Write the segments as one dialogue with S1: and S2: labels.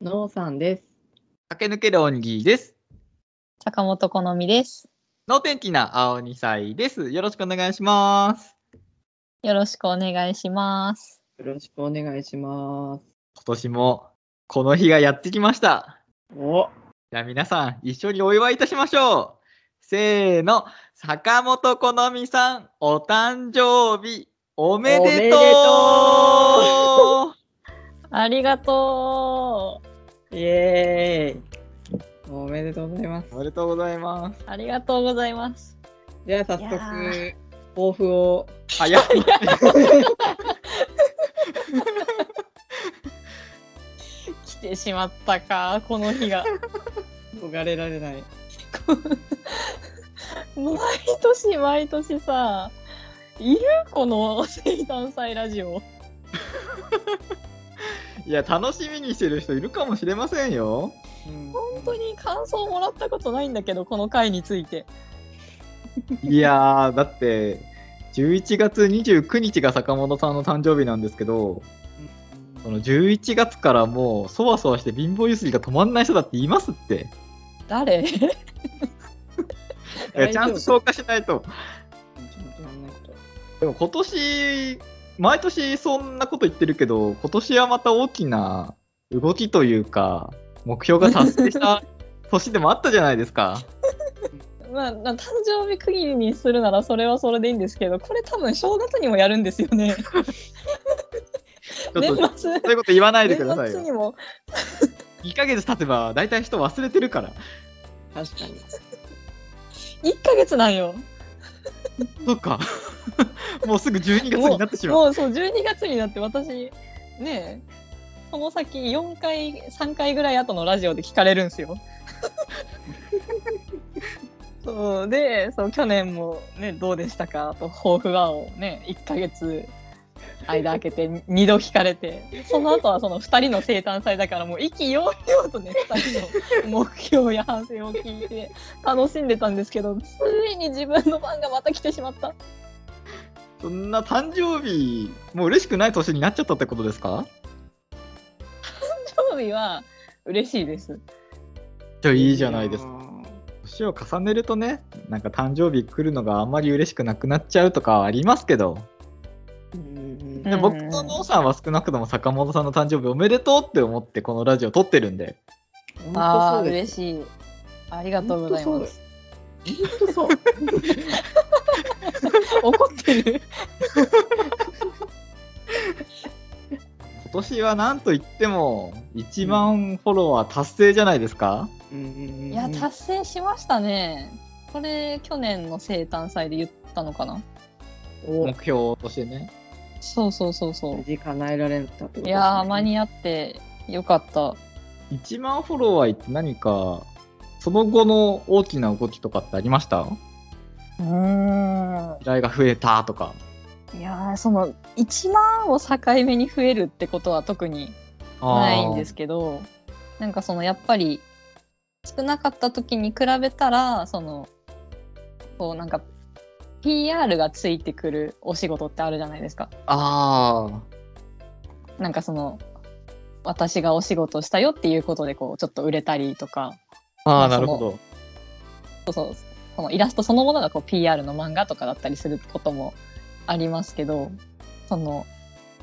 S1: ノーさんです。
S2: 駆け抜ける音ーです。
S3: 坂本好みです。
S2: 能天気な青二歳です。よろしくお願いします。
S3: よろしくお願いします。
S1: よろしくお願いします。
S2: 今年もこの日がやってきました。
S1: お、
S2: じゃあ皆さん一緒にお祝いいたしましょう。せーの、坂本好みさん、お誕生日おめ
S1: おめで
S2: でとう
S3: ありがと
S1: イエーイ。おめでとうございます。
S2: おめでとうございます。
S3: う。ありがとうございます。
S1: じゃあ早
S3: いや
S1: 速抱負を。
S2: 早い。
S3: 来てしまったか、この日が。
S1: 逃れられない。
S3: 毎年毎年さ、いるこの生誕祭ラジオ。
S2: いや、楽しみにしてる人いるかもしれませんよ。
S1: うん、
S3: 本当に感想もらったことないんだけど、この回について。
S2: いやー、だって、11月29日が坂本さんの誕生日なんですけど、その11月からもう、そわそわして貧乏ゆすりが止まんない人だっていますって。
S3: 誰
S2: いやちゃんと消化しないと。
S1: ちゃんとやんないと。
S2: でも今年、毎年そんなこと言ってるけど、今年はまた大きな動きというか、目標が達成した年でもあったじゃないですか。
S3: まあ、な誕生日区切りにするならそれはそれでいいんですけど、これ多分正月にもやるんですよね。
S2: ちょっ
S3: 年
S2: と、そ
S3: 末。
S2: ういうこと言わないでくださ
S3: 年
S2: い
S3: 末
S2: よ。
S3: にも
S2: 2ヶ月経てば、大体人忘れてるから。
S1: 確かに。
S3: 1ヶ月なんよ。
S2: そっか。もうすぐ12月になってしまう。
S3: もうそう12月になって私ねえこの先4回3回ぐらい後のラジオで聞かれるんですよ。そうでそう去年も、ね、どうでしたかと抱負はをね1ヶ月間空けて2度聞かれてその後はその2人の生誕祭だからもう意気揚々とね2人の目標や反省を聞いて楽しんでたんですけどついに自分の番がまた来てしまった。
S2: そんな誕生日、もう嬉しくない年になっちゃったってことですか
S3: 興味は嬉しいです。
S2: じゃあいいじゃないですか。
S1: か。
S2: 年を重ねるとね、なんか誕生日来るのがあんまり嬉しくなくなっちゃうとかはありますけど、
S1: うん
S2: で
S3: うん
S2: 僕とお父さんは少なくとも坂本さんの誕生日おめでとうって思ってこのラジオ撮ってるんで、
S3: ああ、
S1: 本当そうです。
S3: 嬉しい。ありがとうございます。
S1: 本当 そう。
S3: 怒ってる。
S2: 今年はなんといっても1万フォロワー達成じゃないですか、
S1: い
S3: いや、達成しましたね。これ、去年の生誕祭で言ったのかな。
S1: お
S2: 目標としてね。
S3: そうそうそうそ
S1: 無事叶えられたってことです
S3: う。
S1: ね
S3: いやー、間に合ってよかった。
S2: 1万フォロワーって何か、その後の大きな動きとかってありました
S3: うー
S2: 依頼が増えたとか。
S3: ん。いやー、その、1万を境目に増えるってことは特にないんですけどなんかそのやっぱり少なかった時に比べたらそのこうなんか PR がついてくるお仕事ってあるじゃないですか。
S2: あー
S3: なんかその私がお仕事したよっていうことでこうちょっと売れたりとか
S2: あ
S3: ま
S2: ー
S3: あ
S2: なるほど。
S3: そのイラストそのものがこう PR の漫画とかだったりすることもありますけどその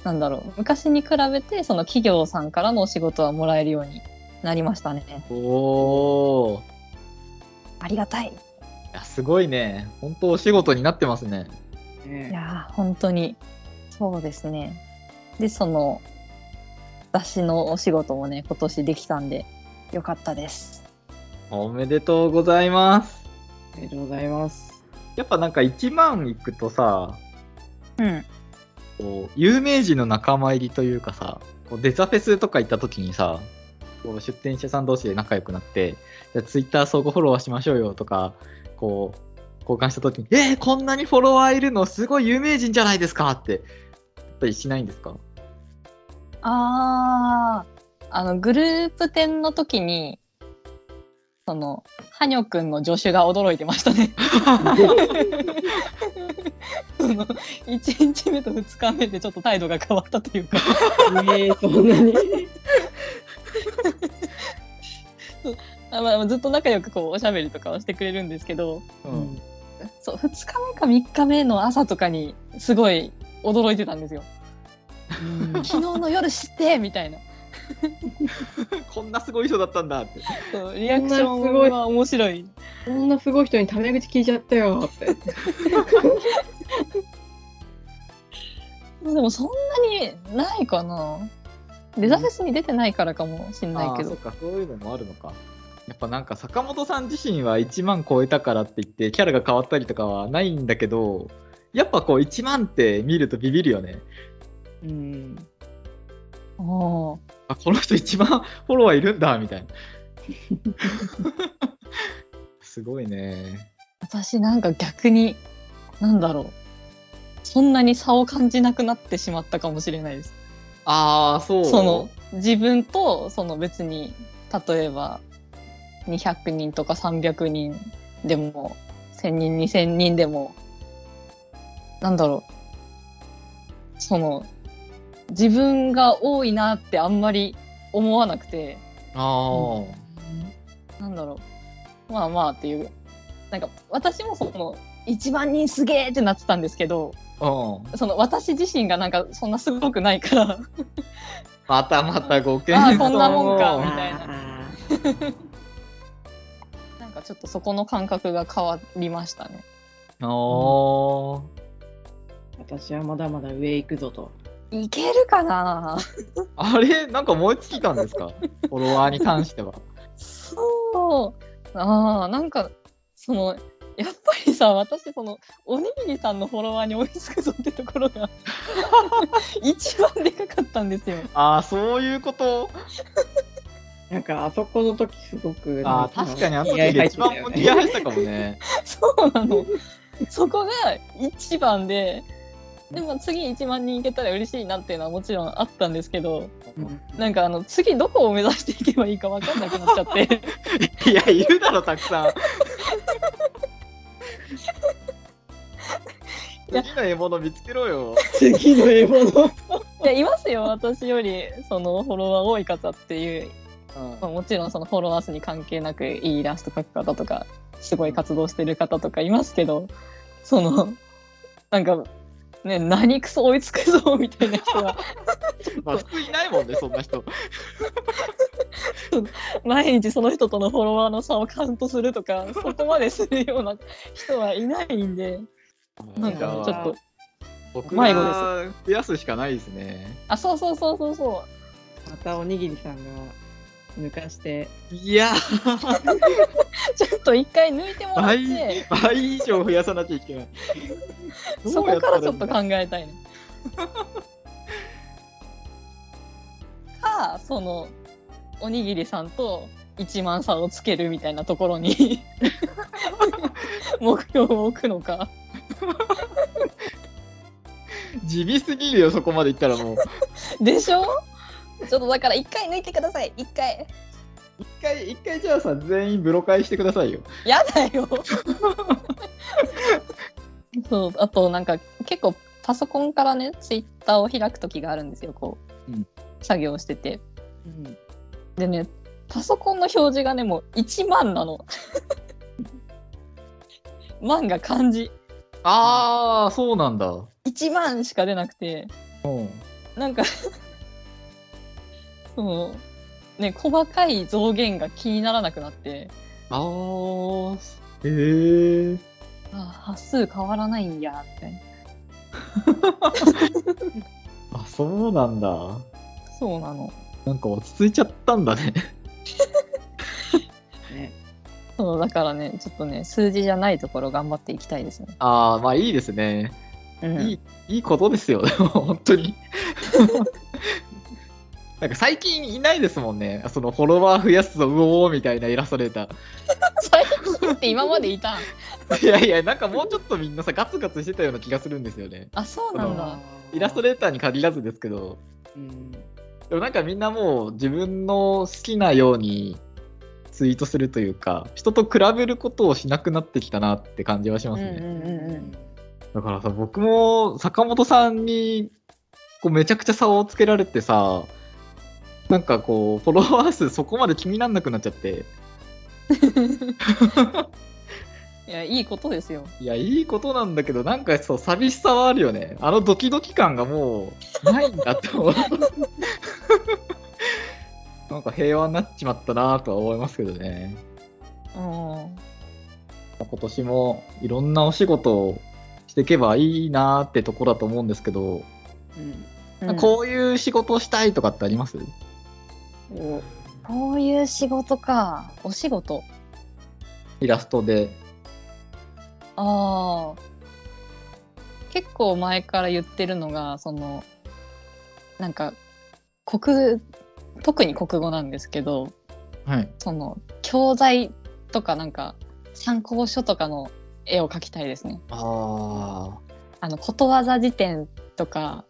S3: なんだろう昔に比べてその企業さんからのお仕事はもらえるようになりましたね。
S2: おー
S3: ありがたい
S2: いやすごいね。本当お仕事になってますね。
S1: ね
S3: いやー本当にそうですねでその私のお仕事もね今年できたんでよかったです
S2: おめでとうございます。
S1: ありがとうございます。
S2: やっぱなんか1万いくとさ、
S3: うん
S2: こう有名人の仲間入りというかさ、こうデザフェスとか行った時にさ、こう出店者さん同士で仲良くなって、じゃあツイッター相互フォロワーしましょうよとか、こう、交換した時に、えー、こんなにフォロワーいるのすごい有名人じゃないですかって、やっぱりしないんですか
S3: あーあのグループ展の時にそのハニョくんの助手が驚いてましたねその1日目と2日目でちょっと態度が変わったというか
S1: えー、そんなに。
S3: あまあ、ずっと仲良くこうおしゃべりとかはしてくれるんですけど
S2: うん。
S3: そう2日目か3日目の朝とかにすごい驚いてたんですよ。昨日の夜知ってみたいな
S2: こんなすごい人だったんだって。
S3: そうリアクションは面白い。
S1: こんなすごい人にタメ口聞いちゃったよって。
S3: でもそんなにないかな。デザフェスに出てないからかもしんないけ
S2: あーそ
S3: ど
S2: っ。かそういうのもあるのかやっぱなんか坂本さん自身は1万超えたからって言ってキャラが変わったりとかはないんだけどやっぱこう1万って見るとビビるよね
S1: うん。
S3: あー
S2: あこの人1万フォロワーいるんだみた いなすごいね
S3: 私なんか逆になんだろうそんなに差を感じなくなってしまったかもしれないです。
S2: ああそう
S3: その自分とその別に例えば200人とか300人でも1000人2000人でもなんだろうその自分が多いなってあんまり思わなくて
S2: あ
S3: なんだろうまあまあっていうなんか私もその1万人すげーってなってたんですけど
S2: あ、うん、
S3: その私自身がなんかそんなすごくないから
S2: またまたご検
S3: あ
S2: 討
S3: ーこんなもんかみたいな
S1: あ
S3: なんかちょっとそこの感覚が変わりましたね。
S2: あー
S1: ー私はまだまだ上行くぞと。
S3: いけるかな
S2: あれなんか燃え尽きたんですか フォロワーに関しては
S3: そう。ああ、なんか、その、やっぱりさ、私、その、おにぎりさんのフォロワーに追いつくぞってところが、 一番でかかったんですよ。
S2: ああそういうこと
S1: なんかあそこの時すごく
S2: あー確かにあの時が一番盛り上がったかもね。
S3: そうなの。そこが一番で、でも次1万人いけたら嬉しいなっていうのはもちろんあったんですけど、なんかあの、次どこを目指していけばいいか分かんなくなっちゃって。
S2: いやいるだろたくさん。
S3: や
S2: 次の獲物見つけろよ。
S1: 次の獲物
S3: いやいますよ私よりそのフォロワー多い方っていう、まあ、もちろんそのフォロワー数に関係なくいいイラスト描く方とかすごい活動してる方とかいますけどそのなんかね何クソ追いつくぞみたいな人は
S2: まあ普通いないもんねそんな人。
S3: 毎日その人とのフォロワーの差をカウントするとかそこまでするような人はいないんでなん
S2: じ
S3: か
S2: ゃ
S3: ね
S2: あ
S3: ちょっと
S2: 僕
S3: 迷子
S2: が増やすしかないですね。
S3: あそうそうそうそう そ
S1: またおにぎりさんが抜かして
S2: いや
S3: うちょっと一回抜いてもらっ
S2: 倍
S3: て
S2: 倍以上増やさなきゃいけない。
S3: そこからちょっと考
S2: じ。
S3: えたい ね。かそのおにぎりさんと1万差をつけるみたいなところ に目標を置くのか
S2: 地味すぎるよそこまでいったらもう。
S3: でしょ ちょっとだから1回抜いてください1回
S2: 一回一回じゃあさ全員ブロ解してくださいよ。
S3: やだよ そうあとなんか結構パソコンからねツイッターを開く時があるんですよこう、
S2: うん
S3: 作業してて
S1: うん
S3: でね、パソコンの表示がね、もう1万なの。 万が漢字。
S2: ああそうなんだ。
S3: 1万しか出なくて、
S2: うん。
S3: なんか、その、ね、細かい増減が気にならなくなって、
S2: あー、へえ。
S3: ああ、端数変わらないんや、みたいな。
S2: あ、そうなんだ。
S3: そうなの。
S2: なんか落ち着いちゃったんだね。
S1: ね
S3: そう、だからね、ちょっとね、数字じゃないところ頑張っていきたいですね。
S2: ああ、まあいいですね。
S3: うん
S2: いい、いいことですよ。でも本当 に。なんか最近いないですもんね。そのフォロワー増やすぞ、うおーみたいなイラストレータ
S3: 最近って今までいたん。
S2: ー。いやいや、なんかもうちょっとみんなさ、ガツガツしてたような気がするんですよね。
S3: あ、そうなんだ。
S2: イラストレーターに限らずですけど、
S1: うん
S2: でもなんかみんなもう自分の好きなようにツイートするというか、人と比べることをしなくなってきたなって感じはしますね。
S3: うんうんうん
S2: だからさ、僕も坂本さんにこうめちゃくちゃ差をつけられてさ、なんかこう、フォロワー数そこまで気になんなくなっちゃって、
S3: いや、いいことですよ。
S2: いや、いいことなんだけど、なんかそう、寂しさはあるよね。あのドキドキ感がもう、ないんだって 思う。なんか平和になっちまったなとは思いますけどね。
S3: うん。
S2: 今年もいろんなお仕事をしていけばいいなってとこだと思うんですけど、こういう仕事をしたいとかってあります
S3: こうこういう仕事か。お仕事。
S2: イラストで。
S3: ああ。結構前から言ってるのが、その、なんか、国、特に国語なんですけど、
S2: はい。
S3: その、教材とかなんか、参考書とかの絵を描きたいですね。
S2: あ
S3: あの、ことわざ辞典とか、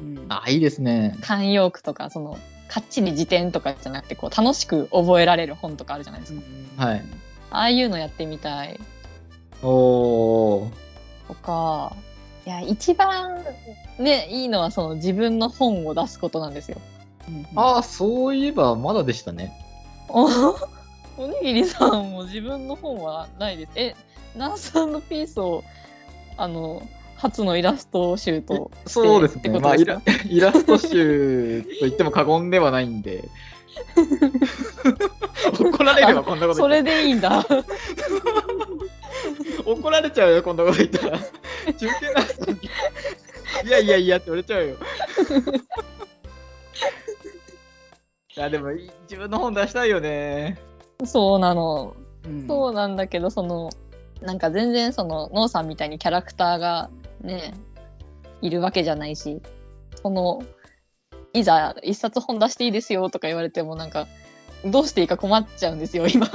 S1: うん
S2: あ。あ、いいですね。
S3: 慣用句とか、その、かっちり辞典とかじゃなくて、こう、楽しく覚えられる本とかあるじゃないですか。
S2: はい。
S3: ああいうのやってみたい
S2: おー。
S3: とか、いや、一番ね、いいのはその自分の本を出すことなんですよ。
S1: うん
S2: ああ、そういえばまだでしたね。
S3: おおにぎりさんも自分の本はないです。え、ナースのピースを、あの、初のイラスト集として
S2: そうです
S3: って
S2: ね。
S3: こ
S2: ま
S3: と
S2: あ
S3: で
S2: イ
S3: すか
S2: ラ、イラスト集と言っても過言ではないんで。怒られるわ、こんなこと
S3: そ
S2: 言っ
S3: れでいいんだ。
S2: たら。怒られちゃうよ、こんなこと言ったら。中堅な人に。いやいやいやって言われちゃうよ。いや、でもいい、自分の本出したいよね。
S3: そうなの。
S1: うん
S3: そうなんだけど、その、なんか全然その、ノーさんみたいにキャラクターがね、いるわけじゃないし、その、いざ一冊本出していいですよとか言われてもなんか、どうしていいか困っちゃうんですよ、 今。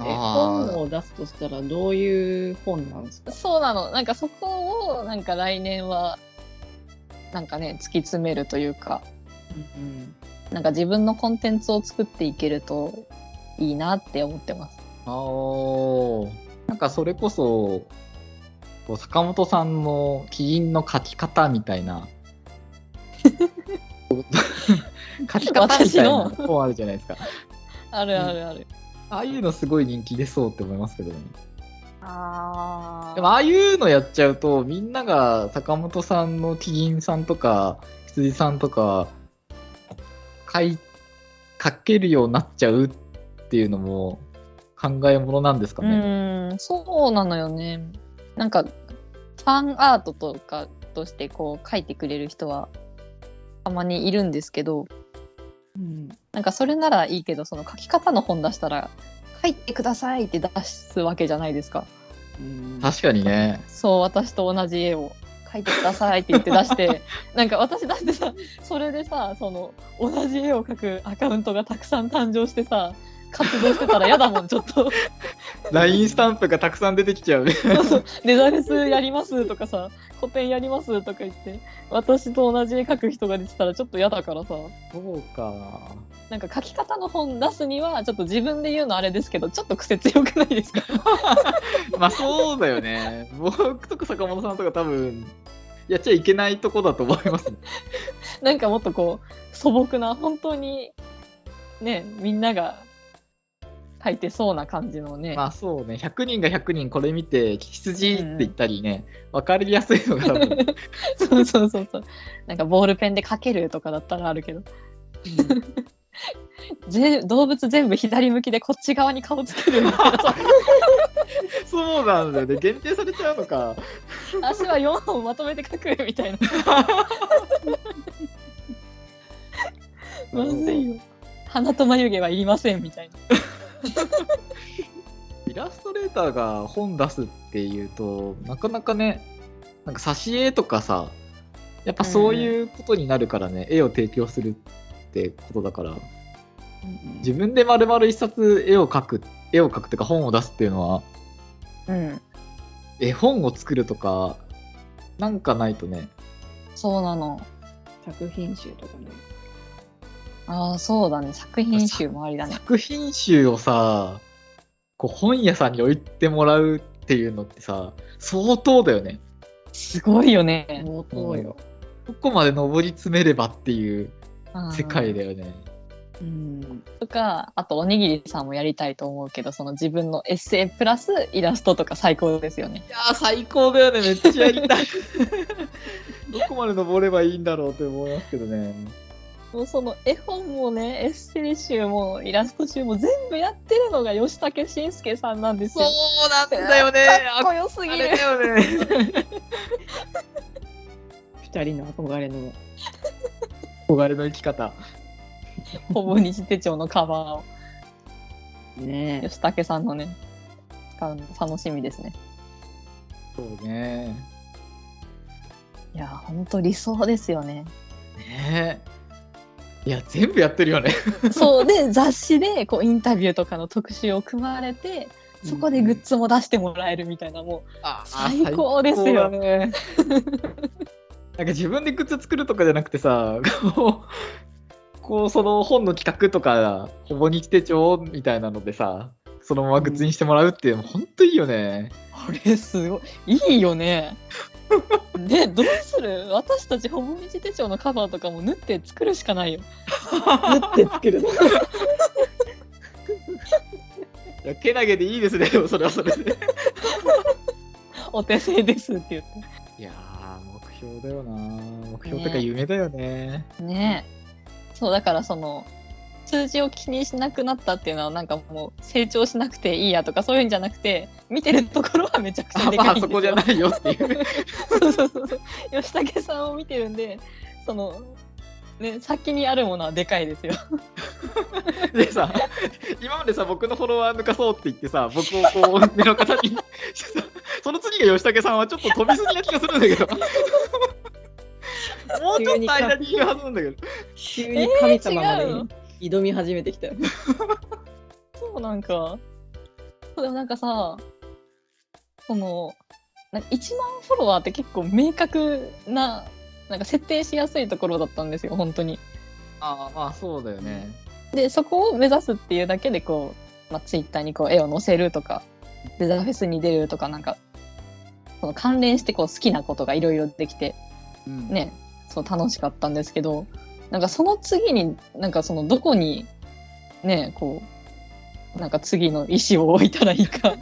S1: え本を出すとしたらどういう本なんですか
S3: そうなの。なんかそこを、なんか来年は、なんかね、突き詰めるというか、
S1: うん
S3: なんか自分のコンテンツを作っていけるといいなって思ってます。
S2: あーなんかそれこそこう坂本さんの起因の書き方みたいな書き方みたいな
S3: 私
S2: 本あるじゃないですか
S3: あるあるある。
S2: ああいうのすごい人気出そうって思いますけどね
S3: あ
S2: でもああいうのやっちゃうとみんなが坂本さんの起因さんとか羊さんとか書い書けるようになっちゃうっていうのも考えものなんですか
S3: う
S2: ね、
S3: ーん、そうなのよね。なんか、ファンアートとかとしてこう書いてくれる人はたまにいるんですけど、
S1: うん
S3: なんかそれならいいけど、その書き方の本出したら、書いてくださいって出すわけじゃないですか。
S1: うん
S2: 確かにね
S3: そう、私と同じ絵を書いてくださいって言って出 して、なんか私だってさ、それでさ、その同じ絵を描くアカウントがたくさん誕生してさ、活動してたら嫌だもん、ちょっと。
S2: ラインスタンプがたくさん出てきちゃうね。
S3: デザフェスやりますとかさ、古典やりますとか言って、私と同じ絵描く人が出てたらちょっと嫌だからさ、
S2: そうか。
S3: なんか描き方の本出すには、ちょっと自分で言うのあれですけど、ちょっと癖強くないですか
S2: まあそうだよね。僕とか坂本さんとか多分、やっちゃいけないとこだと思います。
S3: なんかもっとこう、素朴な、本当に、ね、みんなが描いてそうな感じのね、
S2: まあそうね。100人が100人これ見て、羊って言ったりね、わかりやすいのが多分。
S3: そうそうそうそう、なんかボールペンで描けるとかだったらあるけど、 ぜ動物全部左向きでこっち側に顔つけるみ たいなさ。
S2: そうなんだよね。限定されちゃうのか。
S3: 足は4本まとめて書くみたいなまずいよ鼻と眉毛はいりませんみたいな
S2: イラストレーターが本出すっていうと、なかなかね、なんか挿絵とかさ、やっぱそういうことになるからね、絵を提供するってことだから。自分で丸々一冊絵を描く絵を描くというか本を出すっていうのは
S3: うん
S2: 絵本を作るとかなんかないとね
S3: そうなの
S1: 作品集とかね
S3: ああそうだね作品集もありだね
S2: 作品集をさこう本屋さんに置いてもらうっていうのってさ相当だよね
S3: すごいよね
S1: 相当よ
S2: どこまで上り詰めればっていう世界だよね。
S1: うん。
S3: とかあとおにぎりさんもやりたいと思うけどその自分のエッセイプラスイラストとか最高ですよね
S2: いやー最高だよね、めっちゃやり たい。どこまで登ればいいんだろうって思いますけどね。
S3: もうその絵本もねエッセイ集もイラスト集も全部やってるのが吉武慎介さんなんですよ
S2: うなん
S3: かっこよすぎる
S2: よね。
S1: 二人の憧れの。
S2: 憧れの生き方。
S3: ほぼ日手帳のカバーを
S1: ね
S3: 吉武さんのね使うの楽しみですね
S2: そうね。
S3: いやほんと理想ですよね
S2: ねえ。いや、全部やってるよね。
S3: そうで雑誌でこうインタビューとかの特集を組まれてそこでグッズも出してもらえるみたいなもう
S2: あ
S3: 最高ですよ
S2: ね。なんか自分でグッズ作るとかじゃなくてさ、こう、こうその本の企画とか、ほぼ日手帳みたいなのでさ、そのままグッズにしてもらうって、ほんといいよね。
S3: これすごいいいよね でどうする私たちほぼ日手帳のカバーとかも縫って作るしかないよ
S1: え。作る。
S2: いや、けなげでいいですね、でもそれはそれで。
S3: お手製ですって言っ
S2: いやー、目標だよな。目標
S3: ね
S2: とか夢だよね。
S3: てねえそうだからその数字を気にしなくなったっていうのはなんかもう成長しなくていいやとかそういうんじゃなくて見てるところはめちゃくちゃ
S2: あ、
S3: でかい
S2: ま
S3: んで
S2: あ
S3: すよ
S2: そこじゃないよっていう。
S3: そうそうそうそう 吉武さんを見てるんでそのね先にあるものはでかいですよ
S2: でさ、今までさ、僕のフォロワー抜かそうって言ってさ、僕をこう、目の方に、その次が吉武さんはちょっと飛びすぎな気がするんだけ ど。もうちょっと間にいるはずなんだけど。
S1: 急に神様ま
S3: えー違う
S1: で
S3: の
S1: 挑み始めてきたよ。
S3: そうなんかそうでもなんかさそのなんか1万フォロワーって結構明確ななんか設定しやすいところだったんですよ本当に
S2: ああ、まあそうだよね。
S3: でそこを目指すっていうだけでこう、まあ、ツイッターにこう絵を載せるとかデザフェスに出るとかなんかその関連してこう好きなことがいろいろできて
S2: うん。
S3: ねそう楽しかったんですけどなんかその次になんかそのどこにねこうなんか次の意思を置いたらいいか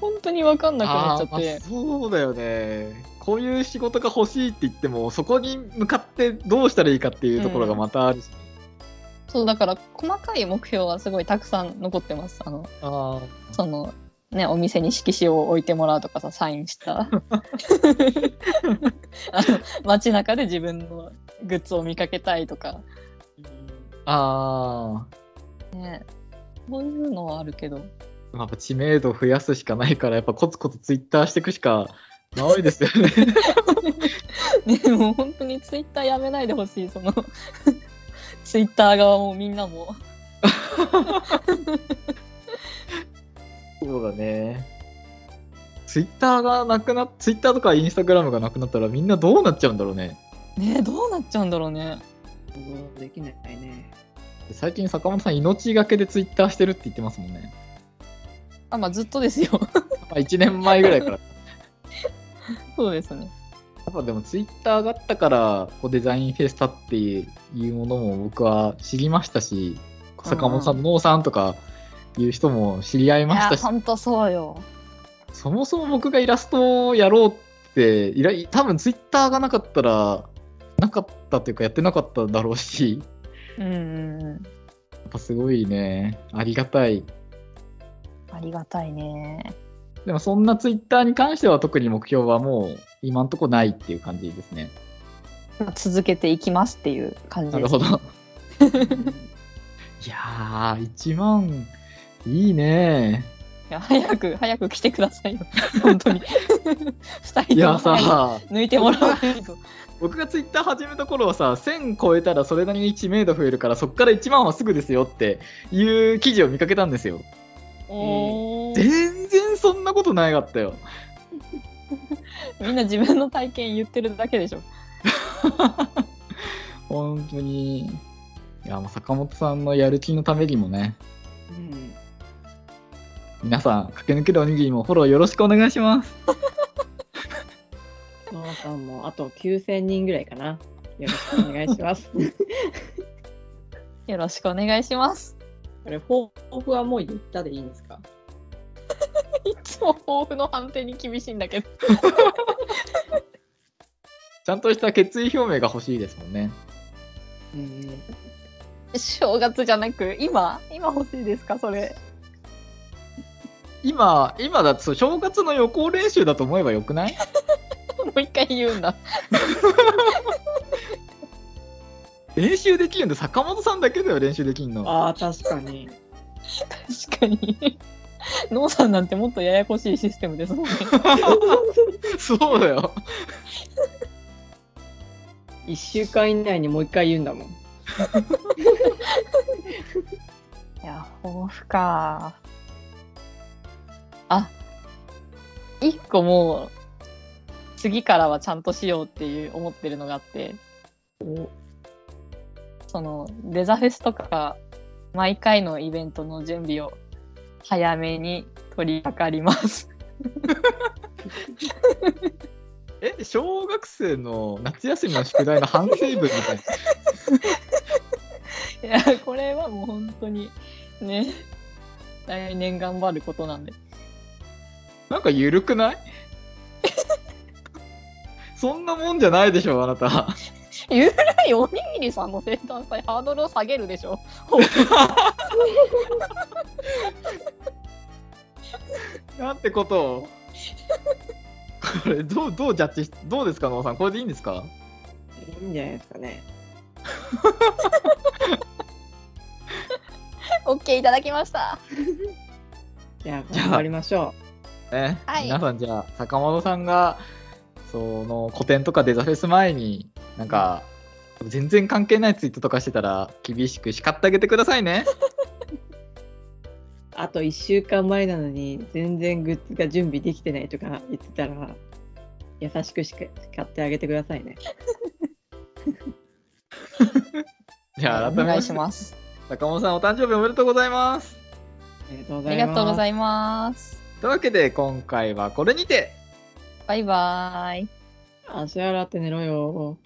S3: 本当に分かんなくなっちゃっ
S2: あーまあ
S3: て
S2: そうだよねこういう仕事が欲しいって言ってもそこに向かってどうしたらいいかっていうところがまたあるし、
S3: そうだから細かい目標はすごいたくさん残ってますあの
S2: あ
S3: そのねお店に色紙を置いてもらうとかさサインしたあの街中で自分のグッズを見かけたいとか
S2: あ
S3: ねそういうのはあるけど
S2: ーやっぱ知名度増やすしかないからやっぱコツコツツイッターしていくしかないですよね
S3: ね、もう本当にツイッターやめないでほしい、その、ツイッター側もみんなも。
S2: そうだねツイッターがなくなツイッターとかインスタグラムがなくなったらみんなどうなっちゃうんだろうね
S3: ねどうなっちゃうんだろうね。
S1: 想像できないね。
S2: 最近坂本さん命がけでツイッターしてるって言ってますもんね、
S3: あ、まあずっとですよ。
S2: まあ、1年前ぐらいから
S3: そうですね。
S2: やっぱでもツイッターがあったからこうデザインフェスタっていうものも僕は知りましたし
S3: うん
S2: 坂本さんのノーさんとかいう人も知り合いましたし、
S3: んとそうよ。
S2: そもそも僕がイラストをやろうって依頼多分ツイッターがなかったらなかったというかやってなかっただろうし
S3: うんうんう
S2: や
S3: ん。
S2: っぱすごいねありがたい
S3: ありがたいね。
S2: でもそんなツイッターに関しては特に目標はもう今んとこないっていう感じですね
S3: まあ続けていきますっていう感じ
S2: なる
S3: で
S2: ほ。
S3: す
S2: ど。いやー、1万、いいね。
S3: いや早く、早く来てくだ さいよ。本当に。二人
S2: い
S3: と
S2: や
S3: も早く
S2: さ、
S3: 抜いてもら わないと。
S2: 僕がツイッター始めた頃はさ、1000超えたらそれなりに知名度増えるから、そっから1万はすぐですよっていう記事を見かけたんですよ。
S3: おー
S2: 全然そんなことないかったよ。
S3: みんな自分の体験言ってるだけでしょ。
S2: 本当に。いや、もう坂本さんのやる気のためにもね、
S1: うん。
S2: 皆さん、駆け抜けるおにぎりもフォローよろしくお願いします。
S1: ノアさんもあと9000人ぐらいかな。よろしくお願いします。
S3: よろしくお願いします。
S1: これ、抱負はもう言ったでいいんですか
S3: いつも抱負の判定に厳しいんだけど。
S2: ちゃんとした決意表明が欲しいですもんね。
S1: うん。
S3: 正月じゃなく、今今欲しいですか、それ。
S2: 今、今だと正月の予行練習だと思えばよくない
S3: もう一回言うんだ。
S2: 練習できるんで、坂本さんだけだよ、練習できんの。
S1: ああ、確かに。
S3: 確かに。ノーさんなんてもっとややこしいシステムですもんね。
S2: そうだよ。
S1: 1週間以内にもう一回言うんだもん。
S3: いや、抱負か。あ、一個もう、次からはちゃんとしようっていう思ってるのがあって、その、デザフェスとか、毎回のイベントの準備を早めに取り掛かります。
S2: え、小学生の夏休みの宿題の反省文みたいな。
S3: いや、これはもう本当に、ね、 来年頑張ることなんで。
S2: なんか緩くない そんなもんじゃないでしょ、あなた。
S3: ゆるいおにぎりさんの生誕祭ハードルを下げるでし ょ。
S2: なんてことを。これどうどうジャッジしどうですか、野尾さん、これでいいんですか
S1: いいんじゃないですかね。
S3: OK いただきました。
S1: じゃあ、
S2: じゃあ
S1: 頑張りましょ
S2: ね、
S3: はい
S2: 皆さん、じゃあ、坂本さんがその個展とかデザフェス前に、なんか、全然関係ないツイートとかしてたら、厳しく叱ってあげてくださいね。
S1: う。あと1週間前なのに、全然グッズが準備できてないとか言ってたら、優しくしか買ってあげてくださいね。
S2: じゃあ、
S3: お
S2: 改め
S3: 願
S2: ま
S3: い
S2: し、
S3: してます。
S2: 坂本さん、お誕生日おめでとうございます。
S1: ありがとうご
S3: あ
S1: ざ
S3: り
S1: い
S3: が
S1: ます。
S3: とうございます。
S2: というわけで、今回はこれにて。
S3: バイバーイ。
S1: 足洗って寝ろよ。